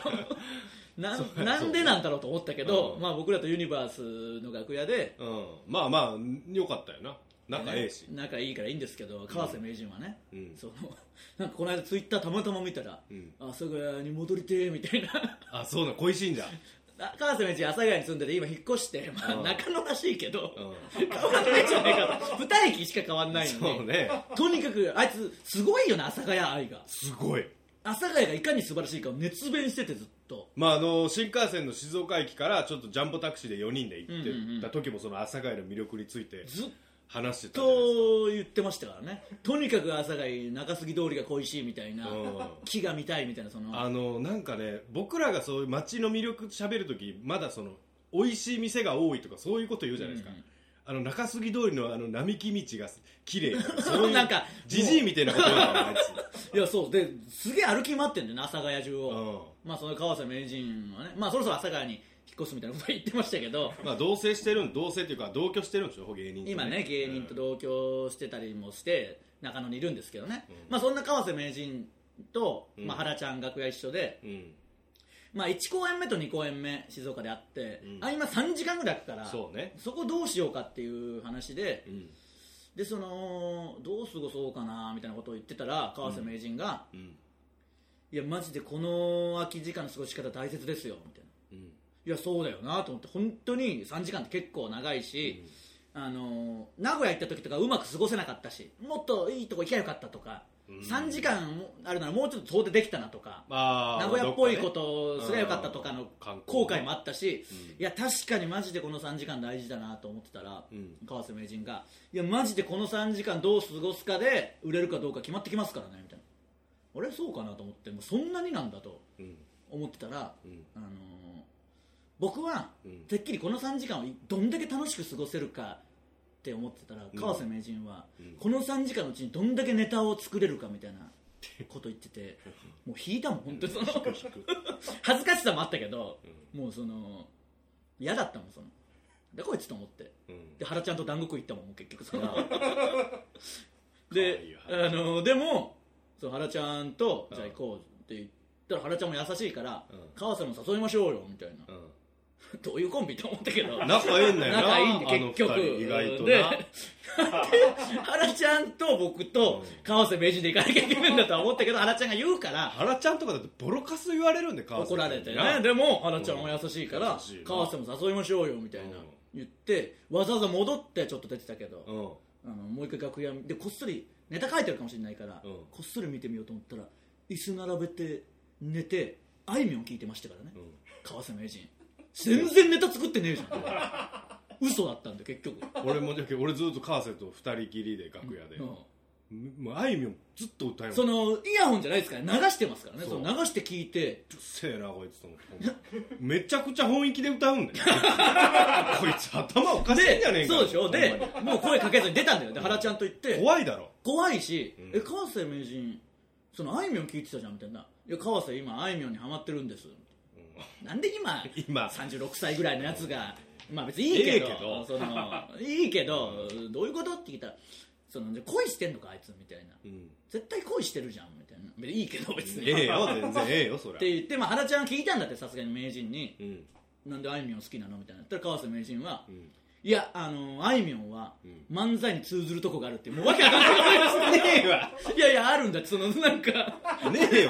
Speaker 2: な
Speaker 3: そうん
Speaker 2: なんでなんだろうと思ったけど、
Speaker 3: うん
Speaker 2: まあ、僕らとユニバースの楽屋で
Speaker 3: うんまあまあよかったよな仲ええし、
Speaker 2: ね仲いいからいいんですけど川瀬名人はね、
Speaker 3: うん
Speaker 2: その なんかこの間ツイッターたまたま見たら
Speaker 3: うん
Speaker 2: 「阿佐ヶ谷に戻りてー」みたいな
Speaker 3: あそうな恋しいんだ
Speaker 2: あ川瀬名人阿佐ヶ谷に住んでて今引っ越して、まあ
Speaker 3: うん
Speaker 2: 中野らしいけど、
Speaker 3: うん
Speaker 2: 変わんないじゃないかと二駅しか変わんないの
Speaker 3: そう
Speaker 2: に、
Speaker 3: ね
Speaker 2: とにかくあいつすごいよね阿佐ヶ谷愛が
Speaker 3: すごい
Speaker 2: 阿佐ヶ谷がいかに素晴らしいかを熱弁しててずっと
Speaker 3: まああの新幹線の静岡駅からちょっとジャンボタクシーで4人で行
Speaker 2: うんうんう
Speaker 3: っ
Speaker 2: ん
Speaker 3: てた時もその阿佐ヶ谷の魅力について
Speaker 2: ずっ
Speaker 3: 話してたじゃないですか
Speaker 2: と言ってましたからねとにかく阿佐ヶ谷中杉通りが恋しいみたいな、
Speaker 3: うん
Speaker 2: 木が見たいみたいなその
Speaker 3: あのなんかね僕らがそういう街の魅力喋る時まだその美味しい店が多いとかそういうこと言うじゃないですか、
Speaker 2: うんうん
Speaker 3: あの中杉通りのあの並木道が綺 麗とかそういう
Speaker 2: なんか
Speaker 3: じじいみたいなこと言うからあいつ
Speaker 2: いやそうですげえ歩き回ってんだよね阿佐ヶ谷中を、
Speaker 3: う
Speaker 2: まあその川瀬名人はねまあそろそろ阿佐ヶ谷に引っ越すみたいなこと言ってましたけど
Speaker 3: んまあ同棲してるん同棲っていうか同居してるんでしょ芸人と
Speaker 2: 今ね芸人と同居してたりもして中野にいるんですけどね、
Speaker 3: ん
Speaker 2: まあそんな川瀬名人と、
Speaker 3: うん
Speaker 2: まあ、原ちゃん楽屋一緒で、
Speaker 3: うん、
Speaker 2: まあ、1公演目と2公演目静岡であって、
Speaker 3: うん
Speaker 2: あ今3時間ぐらい空くから
Speaker 3: そうね
Speaker 2: そこどうしようかっていう話で
Speaker 3: うん
Speaker 2: でそのどう過ごそうかなみたいなことを言ってたら川瀬名人が、
Speaker 3: うん
Speaker 2: いやマジでこの空き時間の過ごし方大切ですよみたいな
Speaker 3: うん
Speaker 2: いやそうだよなと思って本当に3時間って結構長いし、あの名古屋行った時とかうまく過ごせなかったしもっといいとこ行きゃよかったとか、3時間あるならもうちょっと遠出できたなとか
Speaker 3: まあ
Speaker 2: 名古屋っぽい
Speaker 3: ど
Speaker 2: こ
Speaker 3: かね
Speaker 2: とをすればよかったとか
Speaker 3: う
Speaker 2: の
Speaker 3: ん観光
Speaker 2: 後悔もあったし、いや確かにマジでこの3時間大事だなと思ってたら、
Speaker 3: うん
Speaker 2: 川瀬名人がいやマジでこの3時間どう過ごすかで売れるかどうか決まってきますからねみたいなあれそうかなと思ってもうそんなになんだと
Speaker 3: うん
Speaker 2: 思ってたら、
Speaker 3: うん
Speaker 2: あのー僕は
Speaker 3: うん
Speaker 2: てっきりこの3時間をどんだけ楽しく過ごせるかって思ってたら
Speaker 3: うん
Speaker 2: 川瀬名人は、
Speaker 3: うん
Speaker 2: この3時間のうちにどんだけネタを作れるかみたいなこと言って てもう引いたもん本当にその恥ずかしさもあったけど、もうその嫌だったもんそのでこいつと思って
Speaker 3: うん
Speaker 2: で原ちゃんと団子食い行ったもんもう結局その
Speaker 3: 可愛い
Speaker 2: で
Speaker 3: よ
Speaker 2: あのでもその原ちゃんとじゃあ行こうって言ったら原ちゃんも優しいから、
Speaker 3: うん
Speaker 2: 川瀬も誘いましょうよみたいな、
Speaker 3: うん
Speaker 2: どういうコンビと思ったけど
Speaker 3: 仲ええんだよな
Speaker 2: 仲いいんで結
Speaker 3: あ
Speaker 2: 局
Speaker 3: の二人意外とな
Speaker 2: で原ちゃんと僕と川瀬名人で行かなきゃいけないんだとは思ったけど原ちゃんが言うから
Speaker 3: 原ちゃんとかだってボロカス言われるんで川瀬
Speaker 2: 怒られて
Speaker 3: な
Speaker 2: ねでも花ちゃんも優しいから
Speaker 3: 優しいな
Speaker 2: 川瀬も誘いましょうよみたいな
Speaker 3: うん
Speaker 2: 言ってわざわざ戻ってちょっと出てたけど
Speaker 3: うん
Speaker 2: あのもう一回楽屋でこっそりネタ書いてるかもしれないから
Speaker 3: う
Speaker 2: こ
Speaker 3: ん
Speaker 2: っそり見てみようと思ったら椅子並べて寝てあいみょん聞いてましたからね
Speaker 3: ん
Speaker 2: 川瀬名人全然ネタ作ってねえじゃ ん嘘だったんだよ結局
Speaker 3: 俺もじゃけ俺ずっと川瀬と二人きりで楽屋で、
Speaker 2: うん
Speaker 3: もうあいみょんずっと歌います
Speaker 2: そう
Speaker 3: っ
Speaker 2: のイヤホンじゃないですから流してますからね
Speaker 3: そ
Speaker 2: そうの流して聞いて
Speaker 3: せえなこいつと思ってほんまめちゃくちゃ本気で歌うんだ よこいつ頭おかしいんじゃねえ
Speaker 2: で
Speaker 3: か
Speaker 2: そうでしょ
Speaker 3: ほんま
Speaker 2: でもう声かけずに出たんだよで原ちゃんと言って
Speaker 3: に怖いだろ
Speaker 2: 怖いし、
Speaker 3: ん
Speaker 2: え川瀬名人そのあいみょん聞いてたじゃんみたいないや川瀬今あいみょんにハマってるんです、なんで今
Speaker 3: 今
Speaker 2: 36歳ぐらいのやつがまあ別にいいけど
Speaker 3: いいけど
Speaker 2: そのいいけどどういうことって聞いたらその恋してんのかあいつみたいな
Speaker 3: うん
Speaker 2: 絶対恋してるじゃんみたいな別にいいけど別に、
Speaker 3: ええよ全然ええよそり
Speaker 2: っ
Speaker 3: ゃ
Speaker 2: て言って、まあ、原ちゃんは聞いたんだってさすがに名人に
Speaker 3: うん
Speaker 2: なんであいみょん好きなのみたいな言ったら川瀬名人は、
Speaker 3: ん
Speaker 2: いやあのあいみょんは
Speaker 3: ん
Speaker 2: 漫才に通ずるとこがあるってもうわけわかんない
Speaker 3: ねえわ
Speaker 2: いやいやあるんだってそのなんか
Speaker 3: ねえよ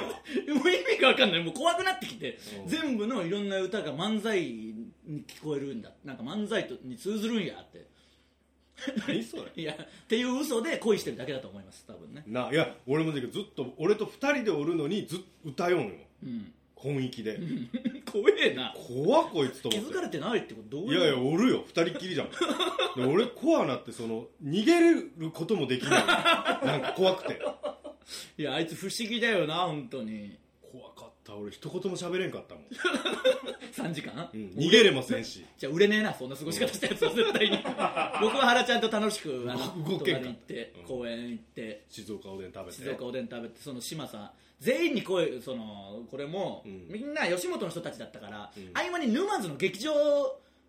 Speaker 2: もう意味がわかんないもう怖くなってきて
Speaker 3: うん
Speaker 2: 全部のいろんな歌が漫才に聞こえるんだなんか漫才とに通ずるんやって
Speaker 3: 何それ
Speaker 2: いやっていう嘘で恋してるだけだと思います多分ね
Speaker 3: ないや俺もだけどずっと俺と二人でおるのにずっと歌よんよ
Speaker 2: うん
Speaker 3: 本気で
Speaker 2: 怖えな
Speaker 3: 怖っこいつと
Speaker 2: 気
Speaker 3: 思って
Speaker 2: づかれてないってことどう
Speaker 3: いやいや
Speaker 2: う
Speaker 3: おるよ二人っきりじゃんで俺コアなってその逃げれることもできないなんか怖くて
Speaker 2: いやあいつ不思議だよな本当に
Speaker 3: 怖かった俺一言も喋れんかったもん、
Speaker 2: 3時間、
Speaker 3: うん逃げれませんし
Speaker 2: じゃあ売れねえなそんな過ごし方したやつは絶 対に僕は原ちゃんと楽しくあの
Speaker 3: 動けんか
Speaker 2: 隣行って
Speaker 3: うん
Speaker 2: 公園行って
Speaker 3: 静岡おでん食べて
Speaker 2: 静岡おでん食べてその島さん全員に声そのこれも、
Speaker 3: うん
Speaker 2: みんな吉本の人たちだったから、
Speaker 3: ん
Speaker 2: 合間に沼津の劇場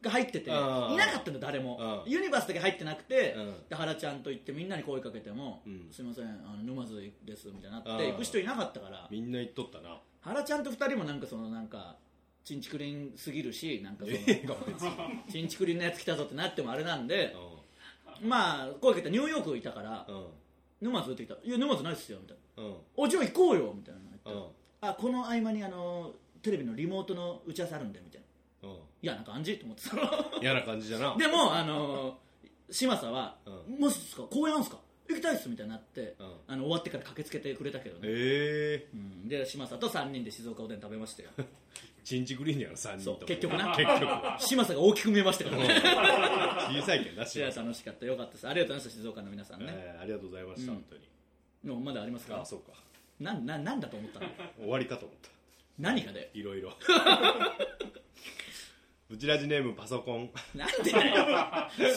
Speaker 2: が入ってていな
Speaker 3: あー
Speaker 2: かったんだ誰も
Speaker 3: うん
Speaker 2: ユニバースだけ入ってなくて
Speaker 3: うん
Speaker 2: で原ちゃんと行ってみんなに声かけても
Speaker 3: うん
Speaker 2: すいませんあの沼津ですみたいにな
Speaker 3: あ
Speaker 2: っ
Speaker 3: ー
Speaker 2: て行く人いなかったから
Speaker 3: みんな言っとったな
Speaker 2: 原ちゃんと二人もなんかそのなんかチンチクリンすぎるしなんかその
Speaker 3: ええが別に
Speaker 2: チンチクリンのやつ来たぞってなってもあれなんで
Speaker 3: う
Speaker 2: まあ声かけたらニューヨークいたから
Speaker 3: ん
Speaker 2: 沼津って言ったら「いや沼津ないっすよ」みたいな
Speaker 3: うん
Speaker 2: 「おじゃあ行こうよ」みたいな言った
Speaker 3: う
Speaker 2: ら
Speaker 3: ん
Speaker 2: あこの合間にあのテレビのリモートの打ち合わせあるんでみたいな
Speaker 3: うん
Speaker 2: 嫌な感じと思ってた
Speaker 3: 嫌な感じじゃな
Speaker 2: でもあの嶋佐は「
Speaker 3: う
Speaker 2: もしですか公演あんすか行きたいっす」みたいになって、
Speaker 3: うん
Speaker 2: あの終わってから駆けつけてくれたけどね、
Speaker 3: ええ
Speaker 2: うん、で嶋佐と3人で静岡おでん食べましたよ
Speaker 3: チンチクリーンやろ3人
Speaker 2: そ
Speaker 3: と
Speaker 2: う
Speaker 3: も
Speaker 2: 結局な
Speaker 3: 結局
Speaker 2: 嶋佐が大きく見えましたからね
Speaker 3: 小さいけ どない
Speaker 2: や楽しかったよかったですありがとうございました静岡の皆さんね、
Speaker 3: えーありがとうございました、
Speaker 2: うん
Speaker 3: 本当に
Speaker 2: でもまだありますか
Speaker 3: あそうか
Speaker 2: なんなんなんだと思ったの
Speaker 3: 終わりかと思った
Speaker 2: 何かで
Speaker 3: いろいろブチラジネームパソコン
Speaker 2: なんでだよ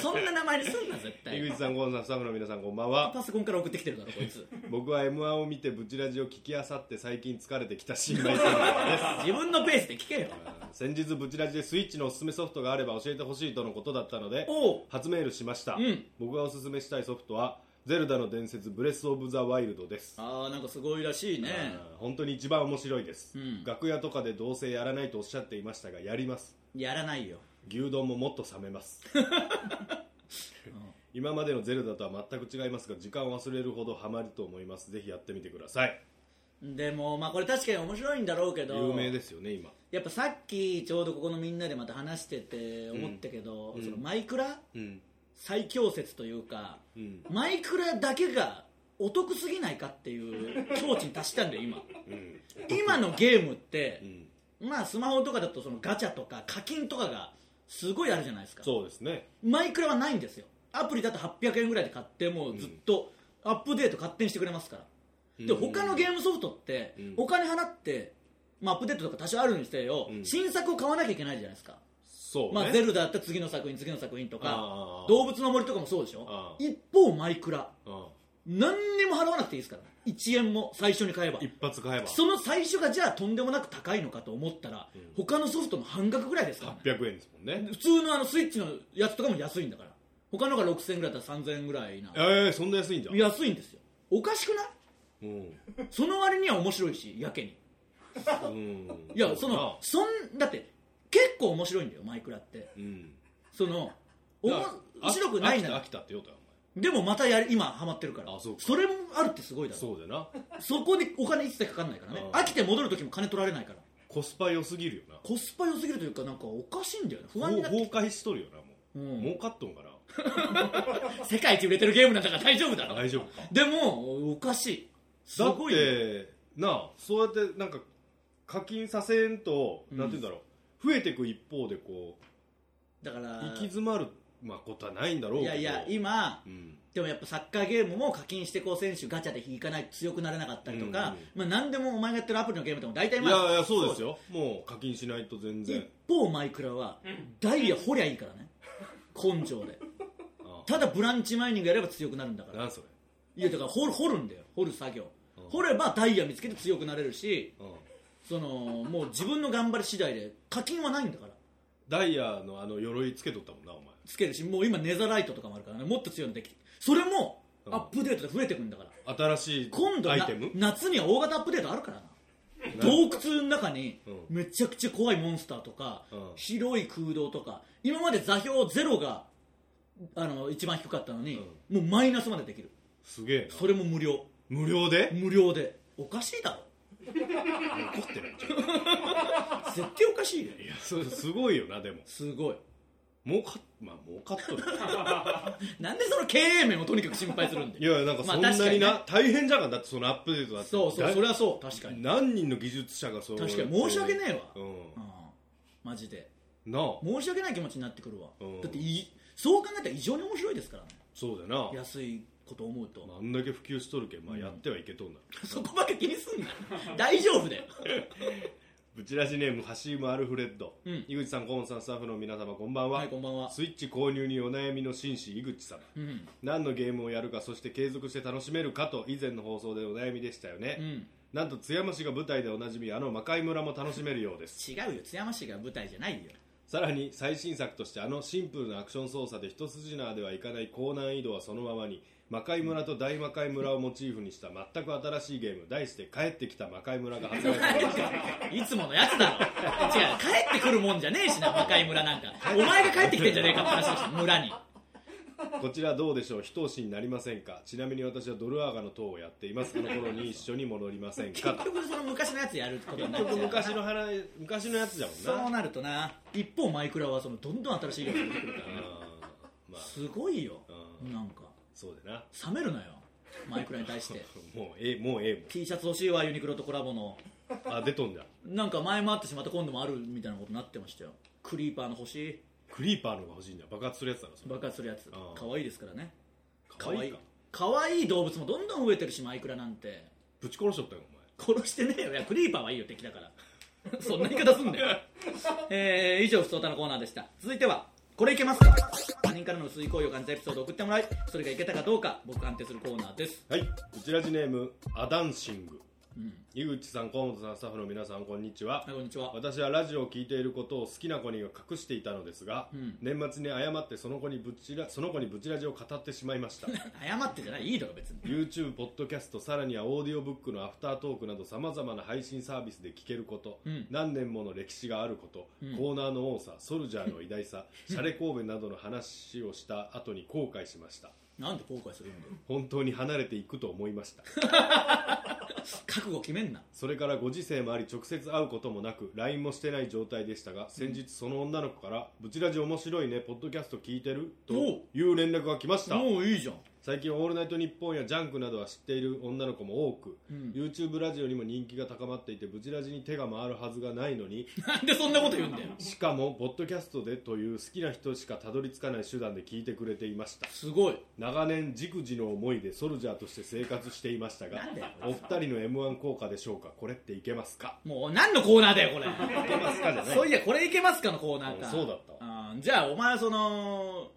Speaker 2: そんな名前にすんな絶対
Speaker 3: 井口さんゴンさんスタッフの皆さんこんばんは
Speaker 2: パソコンから送ってきてるだろこいつ
Speaker 3: 僕は m 1を見てブチラジを聞きあさって最近疲れてきた新米さんです
Speaker 2: 自分のペースで聞けよ
Speaker 3: 先日ブチラジでスイッチのおすすめソフトがあれば教えてほしいとのことだったので
Speaker 2: おう
Speaker 3: 初メールしました、
Speaker 2: ん
Speaker 3: 僕がおすすめしたいソフトは「ゼルダの伝説ブレス・オブ・ザ・ワイルド」です
Speaker 2: あーなんかすごいらしいね
Speaker 3: うん本当に一番面白いです、
Speaker 2: うん
Speaker 3: 楽屋とかでどうせやらないとおっしゃっていましたがやります
Speaker 2: やらないよ
Speaker 3: 牛丼ももっと冷めます今までのゼルダとは全く違いますが時間を忘れるほどハマると思いますぜひやってみてください
Speaker 2: でもまあこれ確かに面白いんだろうけど
Speaker 3: 有名ですよね今
Speaker 2: やっぱさっきちょうどここのみんなでまた話してて思ったけど、そのマイクラ
Speaker 3: うん
Speaker 2: 最強説というか、
Speaker 3: うん
Speaker 2: マイクラだけがお得すぎないかっていう境地に達したんだよ今
Speaker 3: うん
Speaker 2: 今のゲームって
Speaker 3: う、ん
Speaker 2: まあスマホとかだとそのガチャとか課金とかがすごいあるじゃないですか
Speaker 3: そうですね
Speaker 2: マイクラはないんですよアプリだと800円ぐらいで買ってもうずっとアップデート勝手にしてくれますから、で
Speaker 3: うん
Speaker 2: 他のゲームソフトって
Speaker 3: うん
Speaker 2: お金払って、まあ、アップデートとか多少あるにせよ、
Speaker 3: うん
Speaker 2: 新作を買わなきゃいけないじゃないですか、
Speaker 3: そうね、
Speaker 2: まあ、ゼルダだったら次の作品次の作品と
Speaker 3: あ
Speaker 2: か
Speaker 3: ー
Speaker 2: 動物の森とかもそうでしょ
Speaker 3: あー
Speaker 2: 一方マイクラ
Speaker 3: うん
Speaker 2: 何にも払わなくていいですから1円も最初に買えば
Speaker 3: 一発買えば
Speaker 2: その最初がじゃあとんでもなく高いのかと思ったら、他のソフトも半額ぐらいですから、ね、
Speaker 3: 800円ですもんね
Speaker 2: 普通のあのスイッチのやつとかも安いんだから他のが6000円ぐらいだったら3000円ぐらいな
Speaker 3: ええそんな安いんじゃん
Speaker 2: 安いんですよおかしくない
Speaker 3: うん
Speaker 2: その割には面白いしやけに
Speaker 3: うん
Speaker 2: いやそのそんだって結構面白いんだよマイクラって
Speaker 3: うん
Speaker 2: その
Speaker 3: だ
Speaker 2: 面
Speaker 3: から
Speaker 2: 白くない
Speaker 3: 飽きた
Speaker 2: な
Speaker 3: 飽きたって言おうたよ
Speaker 2: でもまたやる今ハマってるから
Speaker 3: あそうか
Speaker 2: れもあるってすごい
Speaker 3: お
Speaker 2: だ
Speaker 3: 前
Speaker 2: ろ
Speaker 3: そうだよな
Speaker 2: そこでお金一切かかんないからね
Speaker 3: うん
Speaker 2: 飽きて戻る時も金取られないから
Speaker 3: コスパ良すぎるよな
Speaker 2: コスパ良すぎるというかなんかおかしいんだよね不安
Speaker 3: ほう
Speaker 2: になって
Speaker 3: 崩
Speaker 2: き
Speaker 3: 壊しとるよなもう、
Speaker 2: うん
Speaker 3: 儲かっとんかな
Speaker 2: た世界一売れてるゲームなんだから大丈夫だろ
Speaker 3: 大丈夫か
Speaker 2: でもおかしいす
Speaker 3: だ
Speaker 2: ご
Speaker 3: っ
Speaker 2: いよ
Speaker 3: てなあそうやってなんか課金させんと、なんて言うんだろう増えていく一方でこ
Speaker 2: だから
Speaker 3: う行き詰まる、まあ、ことはないんだろう
Speaker 2: い
Speaker 3: けど
Speaker 2: やいや今
Speaker 3: うん
Speaker 2: でもやっぱサッカーゲームも課金してこう選手ガチャで引かないと強くなれなかったりとか、まあ、何でもお前がやってるアプリのゲームでも大体
Speaker 3: い
Speaker 2: まあ
Speaker 3: やいやそうですよもう課金しないと全
Speaker 2: 一
Speaker 3: 然
Speaker 2: 方マイクラはダイヤ掘りゃいいからね根性で
Speaker 3: あ
Speaker 2: ただブランチマイニングやれば強くなるんだから
Speaker 3: なんそれ
Speaker 2: いやだから掘る掘るんだよ掘る作業掘ればダイヤ見つけて強くなれるし
Speaker 3: うん
Speaker 2: そのもう自分の頑張り次第で課金はないんだから
Speaker 3: ダイヤのあの鎧つけとったもんなお前
Speaker 2: つけるしもう今ネザライトとかもあるからねもっと強いのできてそれもアップデートで増えてくんだから
Speaker 3: 新しい
Speaker 2: 今度
Speaker 3: ア
Speaker 2: な
Speaker 3: イテム
Speaker 2: 夏には大型アップデートあるからな洞窟の中にめちゃくちゃ怖いモンスターとか、
Speaker 3: うん
Speaker 2: 広い空洞とか今まで座標ゼロがあの一番低かったのに、もうマイナスまでできる
Speaker 3: すげえな
Speaker 2: それも無料
Speaker 3: 無料で
Speaker 2: 無料でおかしいだろ
Speaker 3: 怒ってる
Speaker 2: 絶対おかしいよ
Speaker 3: いやそすごいよなでも
Speaker 2: すごい
Speaker 3: 儲かっまあ儲かっとる
Speaker 2: なんでその経営面をとにかく心配するんだ
Speaker 3: い
Speaker 2: よ
Speaker 3: やなんか
Speaker 2: まあ
Speaker 3: そんなにな、
Speaker 2: 確
Speaker 3: 大変じゃがんだってそのアップデートだって
Speaker 2: そうそう
Speaker 3: だ
Speaker 2: それはそう確かに
Speaker 3: 何人の技術者がそう
Speaker 2: 確かに申し訳ねえわ、
Speaker 3: う
Speaker 2: うん
Speaker 3: ん、
Speaker 2: マジで
Speaker 3: なあ
Speaker 2: 申し訳ない気持ちになってくるわ、
Speaker 3: うん
Speaker 2: だっていそう考えたら異常に面白いですからね
Speaker 3: そうだよな、
Speaker 2: 安いこと思うと、
Speaker 3: まあ、あんだけ普及しとるけん、まあ、やってはいけとんだ、
Speaker 2: そこばっか気にすんな 大丈夫だよ
Speaker 3: ブチラジネームハシウムアルフレッド、
Speaker 2: うん
Speaker 3: 井口さんコーンさんスタッフの皆様こんばんは、
Speaker 2: はいこんばんは
Speaker 3: スイッチ購入にお悩みの紳士井口様、
Speaker 2: うん
Speaker 3: 何のゲームをやるかそして継続して楽しめるかと以前の放送でお悩みでしたよね、
Speaker 2: うん
Speaker 3: なんと津山市が舞台でおなじみあの魔界村も楽しめるようです
Speaker 2: 違うよ津山市が舞台じゃないよ
Speaker 3: さらに最新作としてあのシンプルなアクション操作で一筋縄ではいかない高難易度はそのままに魔界村と大魔界村をモチーフにした全く新しいゲーム題して帰ってきた魔界村が発売さ れました
Speaker 2: いつものやつだろ違う帰ってくるもんじゃねえしな魔界村なんかお前が帰ってきてんじゃねえかって話でした村に
Speaker 3: こちらどうでしょう一押しになりませんかちなみに私はドルアーガの塔をやっていますあの頃に一緒に戻りません
Speaker 2: 結
Speaker 3: か
Speaker 2: 局その昔のやつやることにな
Speaker 3: 結
Speaker 2: る
Speaker 3: 局昔の話昔のやつじゃもんな
Speaker 2: そうなるとな一方マイクラはそのどんどん新しいゲームが出てくるか
Speaker 3: う
Speaker 2: ら
Speaker 3: ん
Speaker 2: ね
Speaker 3: まあ
Speaker 2: すごいよ
Speaker 3: うん
Speaker 2: なんか
Speaker 3: そうだな
Speaker 2: 冷めるなよマイクラに対して
Speaker 3: もうええもうえ
Speaker 2: T シャツ欲しいわユニクロとコラボの
Speaker 3: えもんあ出とんじゃん
Speaker 2: なんか前もあったしまた今度もあるみたいなことになってましたよクリーパーの欲し
Speaker 3: クリーパーのが欲しいんじゃん爆発するやつだろそ
Speaker 2: い
Speaker 3: れ
Speaker 2: 爆発するやつ
Speaker 3: ああ
Speaker 2: 可愛いですからね
Speaker 3: かわいいか
Speaker 2: 可愛い動物もどんどん増えてるしマイクラなんて
Speaker 3: ぶち殺しとったよお前
Speaker 2: 殺してねえよいやクリーパーはいいよ敵だから そんな言い方すんだよ、えー、以上ふつおたのコーナーでした続いてはこれいけますか他人からの薄い行為を感じたエピソードを送ってもらいそれがいけたかどうか僕が判定するコーナーです
Speaker 3: はい、うちらじネームアダンシング、井口さん河本さんスタッフの皆さんこんにちは
Speaker 2: はいこんにちは
Speaker 3: 私はラジオを聞いていることを好きな子には隠していたのですが、
Speaker 2: ん
Speaker 3: 年末に誤ってその子にぶちらその子にブチラジを語ってしまいました
Speaker 2: 謝ってじゃないいいだろ別に
Speaker 3: YouTube ポッドキャストさらにはオーディオブックのアフタートークなどさまざまな配信サービスで聞けること、
Speaker 2: ん
Speaker 3: 何年もの歴史があること、コーナーの多さソルジャーの偉 大さシャレ神戸などの話をした後に後悔しました
Speaker 2: なんで後悔するんだよ
Speaker 3: 本当に離れていくと思いました
Speaker 2: 覚悟決めんな
Speaker 3: それからご時世もあり直接会うこともなく LINE もしてない状態でしたが先日その女の子から「ブチラジ面白いねポッドキャスト聞いてる?」という連絡が来ました
Speaker 2: もういいじゃん
Speaker 3: 最近「オールナイトニッポン」や「ジャンク」などは知っている女の子も多く、YouTube ラジオにも人気が高まっていてブチラジに手が回るはずがないのに
Speaker 2: なんでそんなこと言うんだよ
Speaker 3: しかもポッドキャストでという好きな人しかたどり着かない手段で聞いてくれていました
Speaker 2: すごい
Speaker 3: 長年熟自の思いでソルジャーとして生活していましたがお二人の m 1効果でしょうかこれっていけますか
Speaker 2: もう何のコーナーだよ これ
Speaker 3: いけますかじゃない
Speaker 2: そういやこれいけますかのコーナー
Speaker 3: う
Speaker 2: か
Speaker 3: んそうだったわ
Speaker 2: あーじゃあお前はその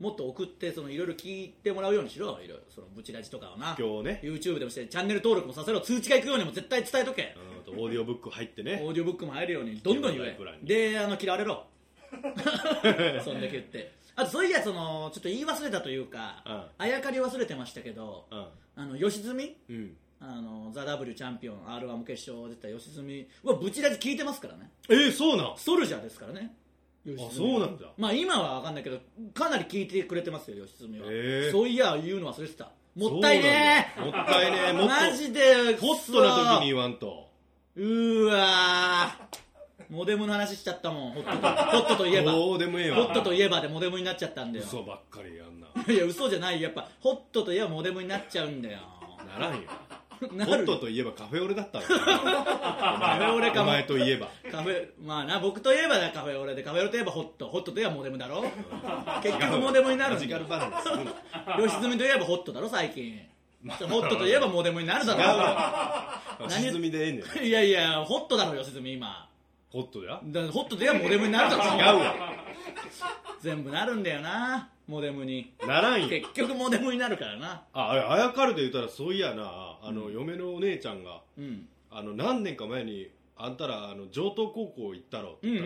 Speaker 2: もっと送ってそのいろいろ聞いてもらうようにしろいろいろそのブチラジとかをな
Speaker 3: 今日ね
Speaker 2: YouTube でもしてチャンネル登録もさせろ通知がいくようにも絶対伝えと け
Speaker 3: うんとオーディオブック入ってね
Speaker 2: オーディオブックも入るようにどんどん言
Speaker 3: いや
Speaker 2: え
Speaker 3: プランに
Speaker 2: であの嫌われ ろそんだけ言ってあとそういやそのちょっと言い忘れたというか、
Speaker 3: うん
Speaker 2: あやかり忘れてましたけど、
Speaker 3: うん
Speaker 2: あの吉住
Speaker 3: うん
Speaker 2: あのザ・ W チャンピオン r 1も決勝出た吉住はブチラジ聞いてますからね
Speaker 3: えー、そうなん
Speaker 2: ソルジャーですからね
Speaker 3: あそうなんだ
Speaker 2: まあ今は分かんないけどかなり聞いてくれてますよ吉住は、
Speaker 3: へえ
Speaker 2: そういや言うの忘れてたもったいね
Speaker 3: そうなんだもったいね えもっ
Speaker 2: マジで
Speaker 3: とホットな時に言わんと
Speaker 2: うーわーモデムの話しちゃったもんホットとホットといえ ばホ
Speaker 3: どうでもええわ
Speaker 2: ットといえばでモデムになっちゃったんだよ
Speaker 3: 嘘ばっかりやんない
Speaker 2: や嘘じゃないやっぱホットといえばモデムになっちゃうんだよ
Speaker 3: ならんよ
Speaker 2: な
Speaker 3: ホッ
Speaker 2: る
Speaker 3: トといえばカフェオレだったわ
Speaker 2: フ
Speaker 3: カ
Speaker 2: ェオレかも
Speaker 3: お前といえば
Speaker 2: カフェまあな僕といえばだカフェオレでカフェオレといえばホットホットといえばモデムだろ 結局モデムになる
Speaker 3: マ
Speaker 2: ん
Speaker 3: ジ
Speaker 2: だ
Speaker 3: カル
Speaker 2: よ
Speaker 3: バランスするな
Speaker 2: 吉住といえばホットだろ最近ホットといえばモデムになるだ
Speaker 3: 違う
Speaker 2: ろ
Speaker 3: わ沈みでええねん
Speaker 2: いやいやホットだろ吉住今
Speaker 3: ホットだ
Speaker 2: だからホットといえばモデムになるだ
Speaker 3: 違
Speaker 2: ろ
Speaker 3: うわ
Speaker 2: 全部なるんだよなモデムに
Speaker 3: ならんよ
Speaker 2: 結局モデムになるからな
Speaker 3: ああれあやかるで言ったらそういやなあの、嫁のお姉ちゃんが
Speaker 2: うん
Speaker 3: あの何年か前にあんたらあの上東高校行ったろって
Speaker 2: うんうん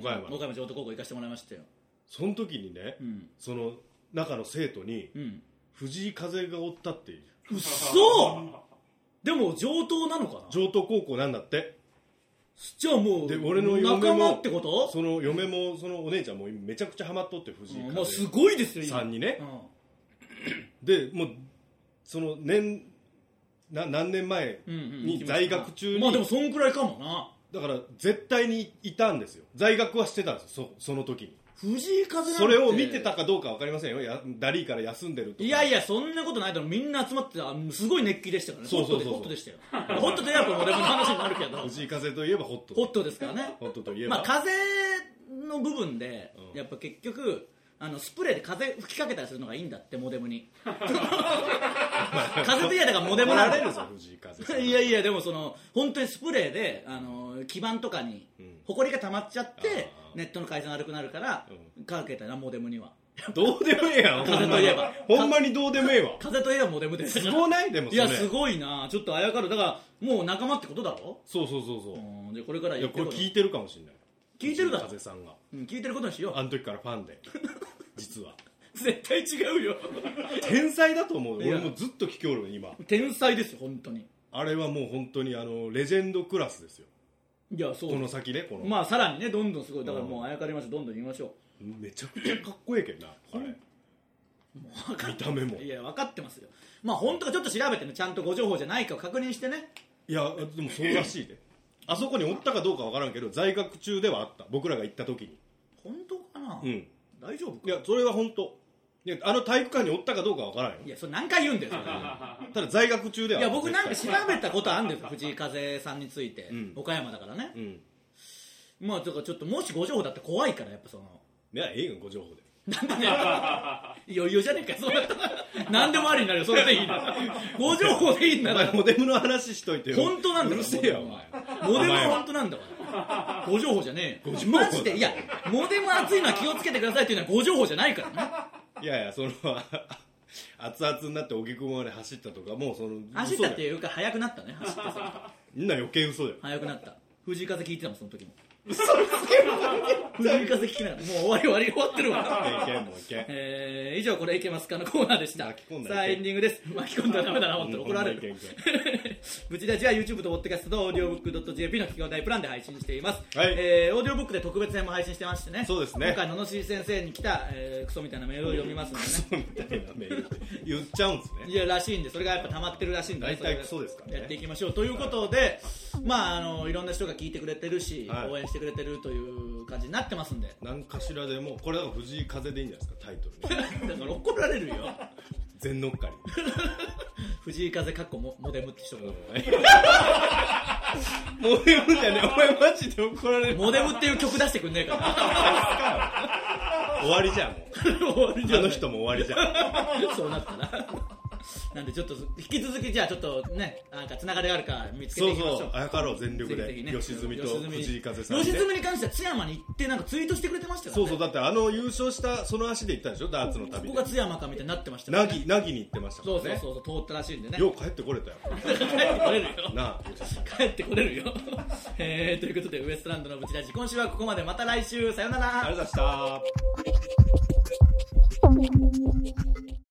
Speaker 3: 言ったら、
Speaker 2: うんうん
Speaker 3: 岡山の
Speaker 2: 岡山城東高校行かせてもらいましたよ
Speaker 3: その時にね、
Speaker 2: うん
Speaker 3: その中の生徒に
Speaker 2: うん
Speaker 3: 藤井風がおったっていう
Speaker 2: うっそでも上等なのかな
Speaker 3: 上東高校なんだって
Speaker 2: じゃあもう
Speaker 3: で俺の嫁も
Speaker 2: 仲間ってこと
Speaker 3: その嫁もそのお姉ちゃんもめちゃくちゃハマっとって藤
Speaker 2: う
Speaker 3: 井
Speaker 2: ん
Speaker 3: 風、
Speaker 2: もうすごいですよ今
Speaker 3: さんにね
Speaker 2: うん
Speaker 3: でもうその年な何年前
Speaker 2: うんうん
Speaker 3: に在学中に、
Speaker 2: まあでもそんくらいかもな
Speaker 3: だから絶対にいたんですよ在学はしてたんですよそその時に
Speaker 2: 藤井風なんて
Speaker 3: それを見てたかどうか分かりませんよやダリーから休んでるとか
Speaker 2: いやいやそんなことないだろみんな集まってたあすごい熱気でしたからね
Speaker 3: そうそうそうそう
Speaker 2: ホットでホットでしたよホットといえばモデムの話になる けど
Speaker 3: 藤井風といえばホット
Speaker 2: ホットですからね
Speaker 3: ホットといえば、
Speaker 2: まあ風の部分で、
Speaker 3: うん
Speaker 2: やっぱ結局あのスプレーで風吹きかけたりするのがいいんだってモデム に風といやだからモデム
Speaker 3: 怒
Speaker 2: な
Speaker 3: ら
Speaker 2: んだ
Speaker 3: れ
Speaker 2: よ
Speaker 3: るぞ藤井風さ ん
Speaker 2: いやいやでもその本当にスプレーであの基板とかに
Speaker 3: ん
Speaker 2: 埃が溜まっちゃって
Speaker 3: あー
Speaker 2: ネットの回線悪くなるからかけたなモデムには
Speaker 3: どうでもええやん
Speaker 2: 風といえば
Speaker 3: ほんまにどうでもええわ
Speaker 2: 風といえばモデムです
Speaker 3: すごないでもそ
Speaker 2: い
Speaker 3: れ
Speaker 2: やすごいなちょっとあやかるだからもう仲間ってことだろ
Speaker 3: そうそうそうそう
Speaker 2: うんでこれから
Speaker 3: い
Speaker 2: 言
Speaker 3: や
Speaker 2: って
Speaker 3: これ
Speaker 2: こいよ
Speaker 3: 聞いてるかもしれない
Speaker 2: 聞いてるだろ
Speaker 3: 風さんが
Speaker 2: うん聞いてることにしよう
Speaker 3: あの時からファンで実は
Speaker 2: 絶対違うよ
Speaker 3: 天才だと思う
Speaker 2: いや
Speaker 3: 俺もずっと聞きおる今
Speaker 2: 天才ですよ本当に
Speaker 3: あれはもう本当にあのレジェンドクラスですよ
Speaker 2: いやそ
Speaker 3: この
Speaker 2: う
Speaker 3: 先ねこの、
Speaker 2: まあさらにねどんどんすごいだからもうあやかりましょうどんどん言いましょ
Speaker 3: めちゃくちゃかっこええけんなあれ
Speaker 2: うもう分かっ
Speaker 3: 見た目も
Speaker 2: いや分かってますよまあ本当かちょっと調べてねちゃんとご情報じゃないかを確認してね
Speaker 3: いやでもそうらしいであそこにおったかどうかわからんけど在学中ではあった僕らが行った時に
Speaker 2: 本当かな、
Speaker 3: うん
Speaker 2: 大丈夫か
Speaker 3: いやそれは本当いやあの体育館におったかどうかわからんよ
Speaker 2: いやそれ何回言うんだよそれ
Speaker 3: ただ在学中ではいあっ
Speaker 2: や
Speaker 3: た
Speaker 2: 僕なんか
Speaker 3: 絶
Speaker 2: 調べたことあるんですよ藤井風さんについて、
Speaker 3: ん
Speaker 2: 岡山だからね
Speaker 3: 対うん
Speaker 2: まあだからちょっともしご情報だって怖いからやっぱ その
Speaker 3: いやええよご情報で
Speaker 2: なんでね余裕じゃねえかそれ何でもありになるよそれでいいなご情報でいいんだ
Speaker 3: お前
Speaker 2: ら
Speaker 3: モデムの話しといてよ
Speaker 2: 本当なんだから
Speaker 3: うるせえよお前
Speaker 2: モデム
Speaker 3: 前
Speaker 2: は
Speaker 3: は
Speaker 2: 本当なんだからご情報じゃねえよ
Speaker 3: ご情報だ
Speaker 2: マジでいやモデム熱いのは気をつけてくださいっていうのはご情報じゃないからね
Speaker 3: いやいやその熱々になって荻窪まで走ったとかもうその
Speaker 2: 走ったって
Speaker 3: 嘘だよ
Speaker 2: いうか速くなったね走ってさ
Speaker 3: みんな余計嘘だよ
Speaker 2: 早くなった藤井風聞いてたもんその時も藤井風聞きながらもう終わり終わり終わってるわ
Speaker 3: いけんもういけん
Speaker 2: えー、以上これいけますかのコーナーでした
Speaker 3: 巻き込んだら
Speaker 2: さあ
Speaker 3: いけ
Speaker 2: エンディングです巻き込んだらダメだな本当に怒られ
Speaker 3: ほん
Speaker 2: る
Speaker 3: まいけんいけん
Speaker 2: ブチラジは YouTube と Podcast と audiobook.jp の企業大プランで配信しています、
Speaker 3: はい
Speaker 2: えー、オーディオブックで特別編も配信してましてね
Speaker 3: そうですね
Speaker 2: 今回ののし先生に来た、えークソみたいなメールを読みますのでね
Speaker 3: みたいなメールって言っちゃうんですね
Speaker 2: いやらしいんでそれがやっぱ溜まってるらしいんで
Speaker 3: 大体
Speaker 2: そ
Speaker 3: そう
Speaker 2: れ
Speaker 3: ですからね
Speaker 2: やっていきましょうということでまああのいろんな人が聞いてくれてるし、
Speaker 3: はい
Speaker 2: 応援してくれてるという感じになってます んで
Speaker 3: 何かしらでもこれだから藤井風でいいんじゃないですかタイトル
Speaker 2: だ
Speaker 3: ね
Speaker 2: から怒られ るよ
Speaker 3: 全乗っかり
Speaker 2: 藤井風かっこモモデムって人が
Speaker 3: もう言うんじゃねえお前マジで怒られる
Speaker 2: モデムっていう曲出してくんねえ か
Speaker 3: 終わりじゃんもう
Speaker 2: ら終わるじゃ
Speaker 3: あ
Speaker 2: ん
Speaker 3: の人も終わりじゃん
Speaker 2: そうなったらなんでちょっと引き続きじゃあちょっとねなんかつながりがあるか見つけ
Speaker 3: そ
Speaker 2: て
Speaker 3: う
Speaker 2: いきましょう
Speaker 3: そうあやかろう全力
Speaker 2: ぜひぜ
Speaker 3: で
Speaker 2: ひね
Speaker 3: 良純と藤井風さんで
Speaker 2: 良純に関しては津山に行ってなんかツイートしてくれてましたから、
Speaker 3: そ
Speaker 2: ね、
Speaker 3: うそうだってあの優勝したその足で行ったんでしょダーツの旅
Speaker 2: こ
Speaker 3: で
Speaker 2: こが津山かみたいになってましたから
Speaker 3: な
Speaker 2: ね
Speaker 3: ぎなぎに行ってましたか
Speaker 2: そ
Speaker 3: ら
Speaker 2: うそう
Speaker 3: ね
Speaker 2: そうそう通ったらしいんでね
Speaker 3: よう帰ってこれたよ
Speaker 2: 帰ってこれるよ
Speaker 3: なあよし
Speaker 2: 帰ってこれるよ、 えー、ということでウエストランドのブチラジ今週はここまでまた来週さよなら
Speaker 3: ありがとうございました